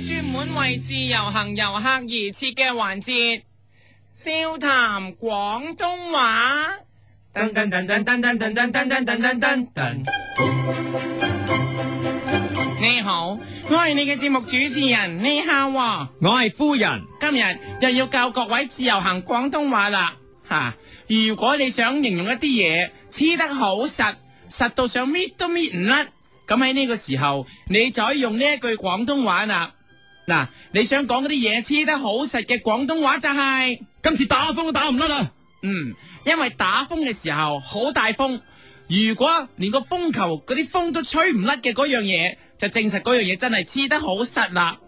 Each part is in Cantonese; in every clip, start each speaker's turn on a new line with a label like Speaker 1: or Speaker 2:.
Speaker 1: 專門為自由行遊客而設嘅環節，笑談廣東話。噔噔噔噔噔噔噔噔噔噔噔噔噔。你好，我係你嘅節目主持人，你好啊喎、
Speaker 2: 我係夫人，
Speaker 1: 今日就要教各位自由行廣東話啦吓、如果你想形容一啲嘢黐得好實，實到想搣都搣唔甩，咁喺呢個時候你就可以用呢一句廣東話啦。嗱、你想講嗰啲嘢黐得好實嘅廣東話就係、
Speaker 2: 今次打風都打唔甩啊！
Speaker 1: 嗯，因為打風嘅時候好大風，如果連個風球嗰啲風都吹唔甩嘅嗰樣嘢，就證實嗰樣嘢真係黐得好實啦。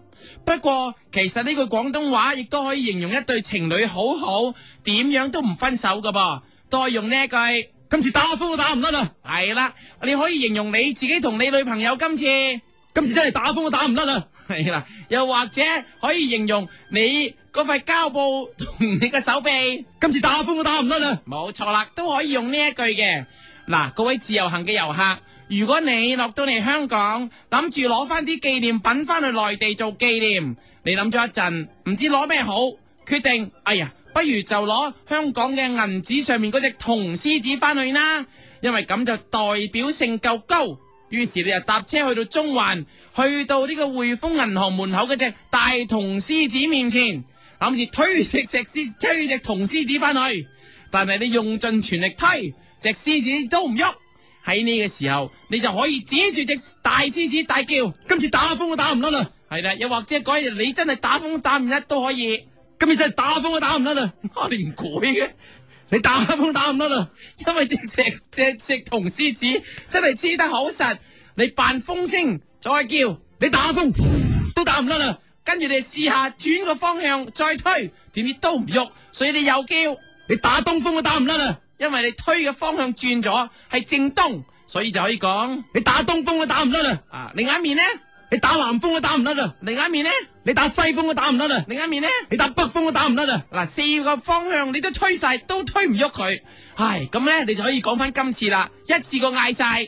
Speaker 1: 不過其實呢句廣東話亦都可以形容一對情侶好好，點樣都唔分手噶噃。都係用呢一句，
Speaker 2: 今次打風都打唔甩啊！
Speaker 1: 係啦，你可以形容你自己同你女朋友今次，
Speaker 2: 今次真係打風都打唔甩啊！
Speaker 1: 係啦，又或者可以形容你嗰塊膠布同你嘅手臂。
Speaker 2: 今次打風都打唔甩啊！
Speaker 1: 冇錯啦，都可以用呢一句嘅。嗱，各位自由行嘅遊客，如果你落到嚟香港，諗住攞翻啲紀念品翻去內地做紀念，你諗咗一陣，唔知攞咩好，決定，哎呀，不如就攞香港嘅銀紙上面嗰隻銅獅子翻去啦，因為咁就代表性夠高。於是你就搭車去到中環，去到呢個匯豐銀行門口嗰隻大銅獅子面前，諗住推隻石獅，推隻銅獅子翻去。但係你用盡全力推，隻獅子都唔喐。喺呢個時候，你就可以指住隻大獅子大叫，
Speaker 2: 今次打風都打唔甩啊！
Speaker 1: 係啦，又或者嗰日你真係打風打唔甩都可以。
Speaker 2: 今次真係打風都打唔甩啊！
Speaker 1: 我哋唔改嘅，
Speaker 2: 你打風都打唔甩啊！
Speaker 1: 因為隻 石隻隻銅獅子真係黐得好實，你扮風聲再叫，
Speaker 2: 你打風都打唔甩啊！
Speaker 1: 跟住你試下轉個方向再推，點知都唔喐，所以你又叫。
Speaker 2: 你打東風都打唔甩啊！
Speaker 1: 因為你推嘅方向轉咗係正東，所以就可以講
Speaker 2: 你打東風都打唔甩啊！
Speaker 1: 啊，另一面呢，
Speaker 2: 你打南風都打唔甩啊！
Speaker 1: 另一面呢，
Speaker 2: 你打西風都打唔甩啊！
Speaker 1: 另一面呢。
Speaker 2: 你打北風都打唔甩啊！
Speaker 1: 嗱，四個方向你都推晒，都推唔喐佢。唉，咁咧你就可以講翻今次啦，一次過嗌晒，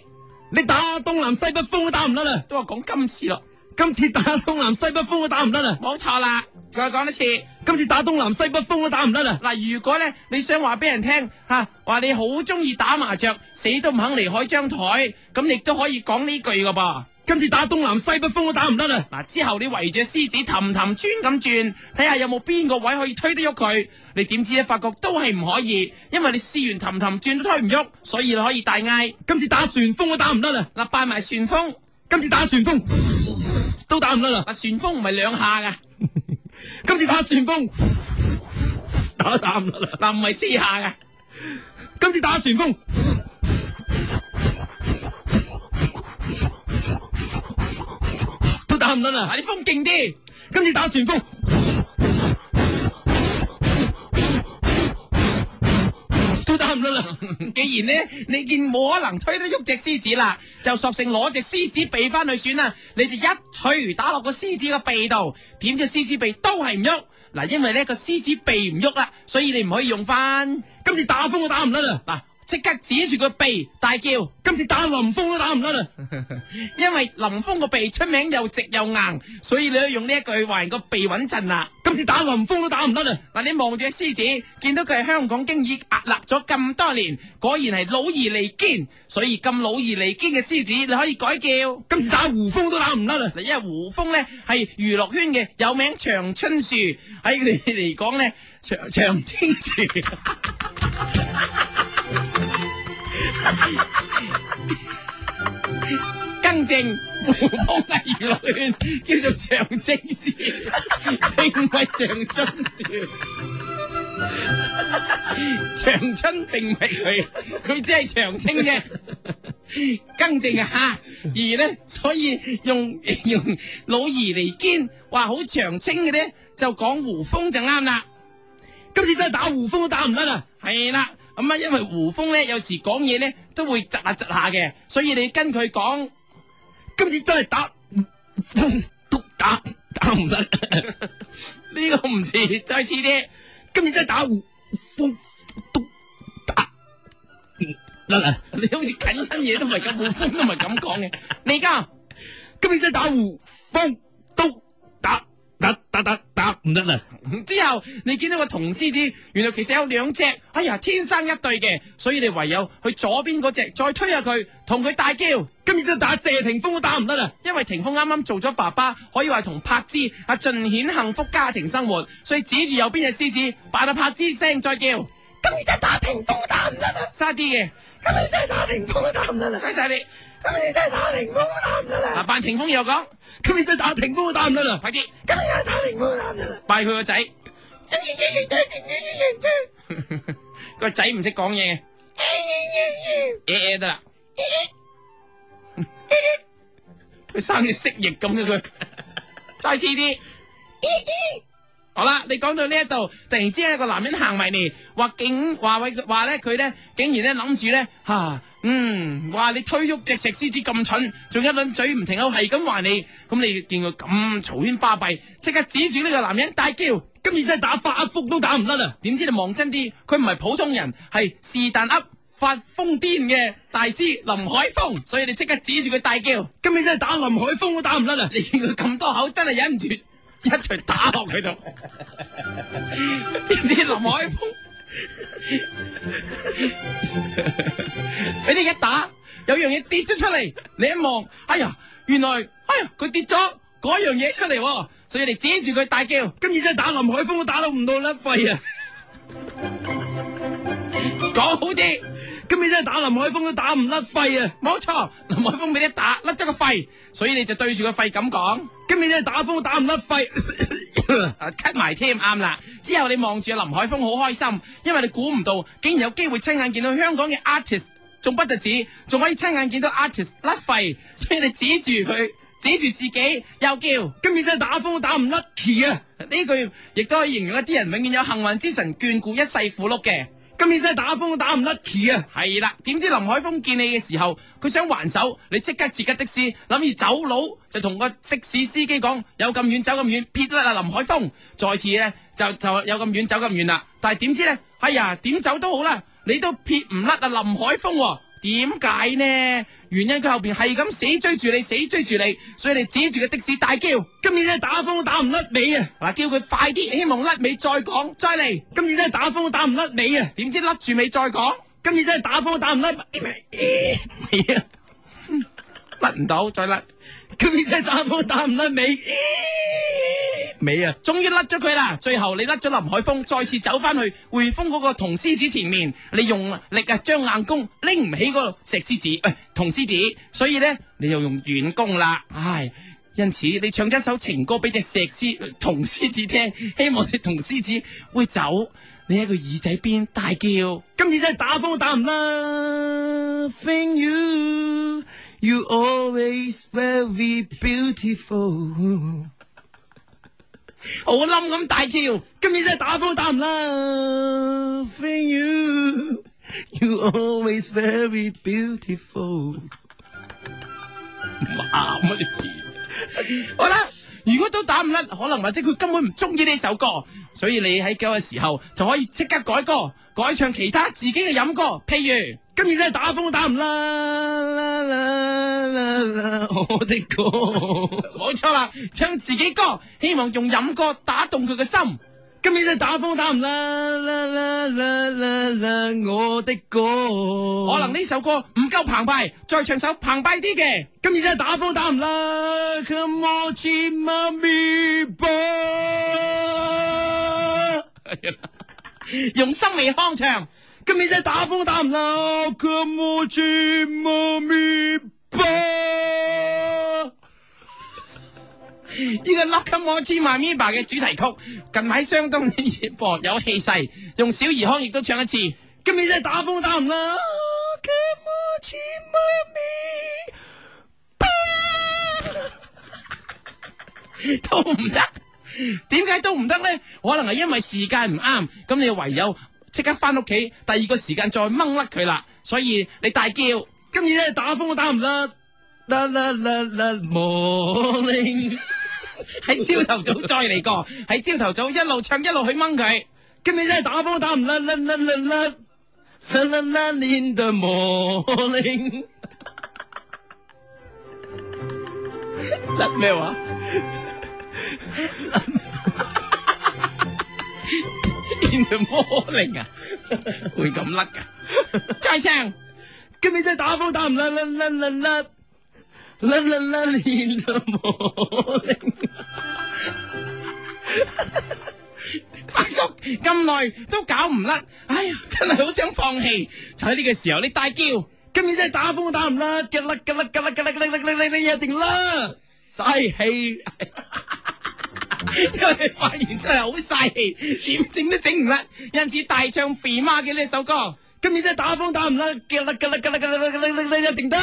Speaker 2: 你打東南西北風都打唔甩啊！
Speaker 1: 都話講今次咯，
Speaker 2: 今次打東南西北風都打唔甩啊！
Speaker 1: 冇錯啦。再講一次，
Speaker 2: 今次打東南西北風都打唔甩啊！
Speaker 1: 嗱，如果咧你想話俾人聽吓，話、你好中意打麻雀，死都唔肯離開張台，咁亦都可以講呢句噶噃。
Speaker 2: 今次打東南西北風都打唔甩啊！
Speaker 1: 嗱，之後你圍住獅子氹氹轉咁轉，睇下有冇邊個位可以推得喐佢。你點知咧？發覺都係唔可以，因為你試完氹氹轉都推唔喐，所以你可以大嗌
Speaker 2: 今次打旋風都打唔甩啊！
Speaker 1: 嗱，扮埋旋風。
Speaker 2: 今次打旋風都打唔甩啊！
Speaker 1: 啊，旋風唔係兩下噶，
Speaker 2: 今次打旋風打都打唔甩啊！
Speaker 1: 嗱唔係四下噶，
Speaker 2: 今次打旋風都打唔甩啊！
Speaker 1: 嗱啲風勁啲，
Speaker 2: 今次打旋風都打唔甩啊！
Speaker 1: 既然呢，你見冇可能推得喐隻獅子啦，就索性攞隻獅子鼻翻去算啦，你就一捶打落個獅子個鼻度，點隻獅子鼻都係唔喐。嗱，因為呢個獅子鼻唔喐啦，所以你唔可以用翻。
Speaker 2: 今次打風都打唔甩啊！
Speaker 1: 嗱，即刻指住個鼻大叫。
Speaker 2: 今次打林風都打唔甩啊！
Speaker 1: 因為林峰個鼻出名又直又硬，所以你可以用呢一句話人個鼻穩陣啦。
Speaker 2: 今次打林風都打唔甩啊！
Speaker 1: 嗱，你望住隻獅子，見到佢係香港經已屹立咗咁多年，果然係老而彌堅，所以咁老而彌堅嘅獅子，你可以改叫。
Speaker 2: 今次打胡風都打唔甩啊！
Speaker 1: 嗱，因為胡風咧係娛樂圈嘅有名長春樹，喺佢哋嚟講咧長長青樹。更正，胡風係娛樂圈叫做長青樹，並唔係長春樹。長春並唔係佢，佢只係長青啫。更正啊，而咧，所以用 用老而彌堅話好長青嘅咧，就講胡風就啱啦。
Speaker 2: 今次真係打胡風都打唔甩啊！
Speaker 1: 係啦，咁啊，因為胡風咧有時講嘢咧都會窒下窒下嘅，所以你跟佢講，
Speaker 2: 今次真係打風都打打唔甩，
Speaker 1: 呢、個唔似， 再似啲。
Speaker 2: 今次真係打胡風都打唔甩啊！
Speaker 1: 你好似近親嘢都唔係咁，胡風都唔係咁講嘅。你而家
Speaker 2: 今次真係打胡風都打唔得啦，
Speaker 1: 之後你見到個銅獅子，原來其實有兩隻，哎呀，天生一對嘅，所以你唯有去左邊嗰只，再推下佢，同佢大叫。
Speaker 2: 今日真係打謝霆鋒都打唔得啦，
Speaker 1: 因為霆鋒啱啱做咗爸爸，可以話同柏芝啊盡顯幸福家庭生活，所以指住右邊隻獅子，扮下柏芝聲再叫，
Speaker 2: 今日真係打霆鋒都打唔得啦，
Speaker 1: 沙啲嘅，
Speaker 2: 今日真係打霆鋒都打唔得啦，
Speaker 1: 犀晒你，
Speaker 2: 今日真係打霆鋒都打唔得
Speaker 1: 嗱
Speaker 2: 啦，
Speaker 1: 扮霆鋒又講，
Speaker 2: 今日真係打霆鋒都打唔得啦，
Speaker 1: 快啲
Speaker 2: 今日真係打霆鋒都打唔得啦，
Speaker 1: 拜佢個仔，個仔唔識講嘢，嘢嘢得啦，佢生隻蜥蜴咁嘅佢，再試啲。好啦，你講到呢一度，突然之間有個男人行埋嚟，話竟話喂話咧佢咧，竟然咧諗住咧吓，嗯，話你推喐只石獅子咁蠢，仲一輪嘴唔停口係咁話你，咁你見佢咁嘈喧巴閉，即刻指住呢個男人大叫。
Speaker 2: 今日真係打發福都打唔得啦，
Speaker 1: 點知你望真啲，佢唔係普通人，係是但噏發瘋癲嘅大師林海峰，所以你即刻指住佢大叫，
Speaker 2: 今日真係打林海峰都打唔得啦，
Speaker 1: 你見佢咁多口，真係忍唔住一錘打落佢度。 點知林海峰 俾你一打，有樣嘢跌咗出嚟，你一望，哎呀，原來，哎呀，佢跌咗嗰樣嘢出嚟喎，所以你指住佢大叫。
Speaker 2: 今日真係打林海峰都打到唔到啦，肺啊！
Speaker 1: 講好啲，
Speaker 2: 今日真係打林海峰都打唔甩肺啊！
Speaker 1: 冇錯，林海峰俾你打甩咗個肺，所以你就對住個肺咁講，
Speaker 2: 今日真係打風都打唔甩肺，
Speaker 1: 啊咳埋添，啱啦。之後你望住林海峰好開心，因為你估唔到，竟然有機會親眼見到香港嘅 artist，仲不特止，仲可以親眼見到 artist 甩肺， 所以你指住佢，指住自己又叫。
Speaker 2: 今日真係打風都打唔甩 key 啊！
Speaker 1: 呢句亦都可以形容一啲人永遠有幸運之神眷顧一世苦碌嘅。
Speaker 2: 今日真係打風都打唔甩 key 啊！
Speaker 1: 係啦，點知林海峰見你嘅時候，佢想還手，你即刻截吉的士，諗住走佬，就同個的士司機講：有咁遠走咁遠，撇甩啊啦林海峰。再次呢，就就有咁遠走咁遠啦，但係點知呢？哎呀，點走都好啦，你都撇唔甩啊林海峰喎、點解呢？原因佢後邊係咁死追住你，死追住你，所以你指住個的士大叫，
Speaker 2: 今日真係打風都打唔甩尾啊！
Speaker 1: 嗱叫佢快啲，希望甩尾再講，再嚟。
Speaker 2: 今日真係打風都打唔甩尾啊！
Speaker 1: 點知甩住尾再講，
Speaker 2: 今日真係打風都打唔甩尾啊！
Speaker 1: 甩唔到再甩。
Speaker 2: 今日真係打風都打唔甩尾尾啊！
Speaker 1: 終於甩咗佢啦！最後你甩咗林海峰，再次走翻去匯豐嗰個銅獅子前面，你用力啊將硬弓拎唔起嗰個石獅子，喂、銅獅子，所以咧你又用軟弓啦，唉。因此，你唱一首情歌俾只石獅呃銅獅子聽，希望隻銅獅子會走。你喺佢耳仔邊大叫，
Speaker 2: 今日真係打風都打唔甩，Loving you, you always very beautiful。
Speaker 1: 好冧咁大叫。
Speaker 2: 今日真係打風都打唔甩，Loving you, you always very beautiful。
Speaker 1: 唔啱啊啲字。好啦，如果都打唔甩，可能或者佢根本唔中意呢首歌，所以你喺嗰個時候就可以即刻改歌，改唱其他自己嘅飲歌，譬如。
Speaker 2: 今日真係打風都打唔甩，啦啦啦啦，我的歌。
Speaker 1: 冇錯啦，唱自己歌，希望用飲歌打動佢嘅心。
Speaker 2: 今日真係打風都打唔甩，啦啦啦啦啦，我的歌。
Speaker 1: 可
Speaker 2: 可
Speaker 1: 能呢首歌唔夠澎湃，再唱首澎湃啲嘅。
Speaker 2: 今日真係打風都打唔甩，Come on, c h my baby。
Speaker 1: 用心味腔唱，
Speaker 2: 今日真係打風都打唔甩，Come on, c h my baby。
Speaker 1: 呢、個《Lock Up More Team m i b a 嘅主題曲，近排相當熱播，有氣勢。用小兒腔亦都唱一次。
Speaker 2: 今日真係打風都打唔甩，Come on, c h my baby。
Speaker 1: 都唔得。 點解都唔得呢？可能係因為時間唔啱，咁你唯有即刻翻屋企，第二個時間再掹甩佢啦。所以你大叫，
Speaker 2: 今日真係打風都打唔甩，啦啦啦啦，morning。
Speaker 1: 喺朝頭早再嚟過，喺朝頭早一路唱一路去掹佢。
Speaker 2: 今日真係打風都打唔甩，啦啦啦啦。啦啦啦，in the morning，
Speaker 1: ¿ah? 甩咩話？邊嘅魔力啊，會咁甩噶？再唱，
Speaker 2: 今年真係打風打唔甩甩甩甩甩甩甩甩練到冇力。
Speaker 1: 發覺咁耐都搞唔甩，哎呀，真係好想放棄。就喺呢個時候，你大叫，
Speaker 2: 今年真係打風打唔甩，吉甩吉甩吉甩吉甩吉甩吉甩吉甩一定甩，嘥氣。
Speaker 1: 因為你發現真係好嘥氣，點整都整唔甩。有陣時大唱肥媽嘅呢首歌，
Speaker 2: 今年真係打風打唔甩，吉甩吉甩吉甩吉甩吉甩吉甩一定得，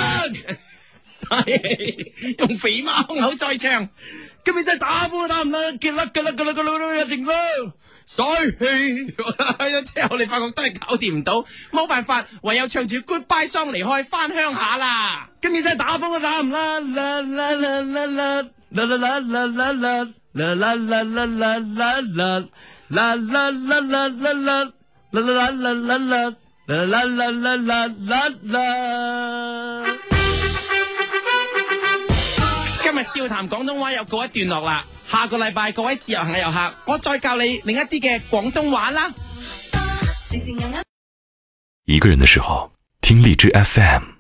Speaker 2: 嘥氣。
Speaker 1: 用肥媽胸口再唱。
Speaker 2: 今年真係打風打唔甩，吉甩吉甩吉甩吉甩一定甩，嘥氣。
Speaker 1: 咗之後，你發覺都係搞掂唔到，冇辦法，唯有唱住 Goodbye Song 離開，翻鄉下啦。
Speaker 2: 今年真係打風都打唔甩，啦啦啦啦啦啦啦啦啦啦啦啦啦啦啦啦啦啦啦啦啦啦啦啦啦啦啦啦啦啦啦啦啦啦啦。
Speaker 1: 今日笑談廣東話又告一段落啦，下個禮拜各位自由行嘅遊客，我再教你另一啲嘅廣東話啦。
Speaker 3: 時時硬硬。
Speaker 4: 一个人的时候，听荔枝 FM。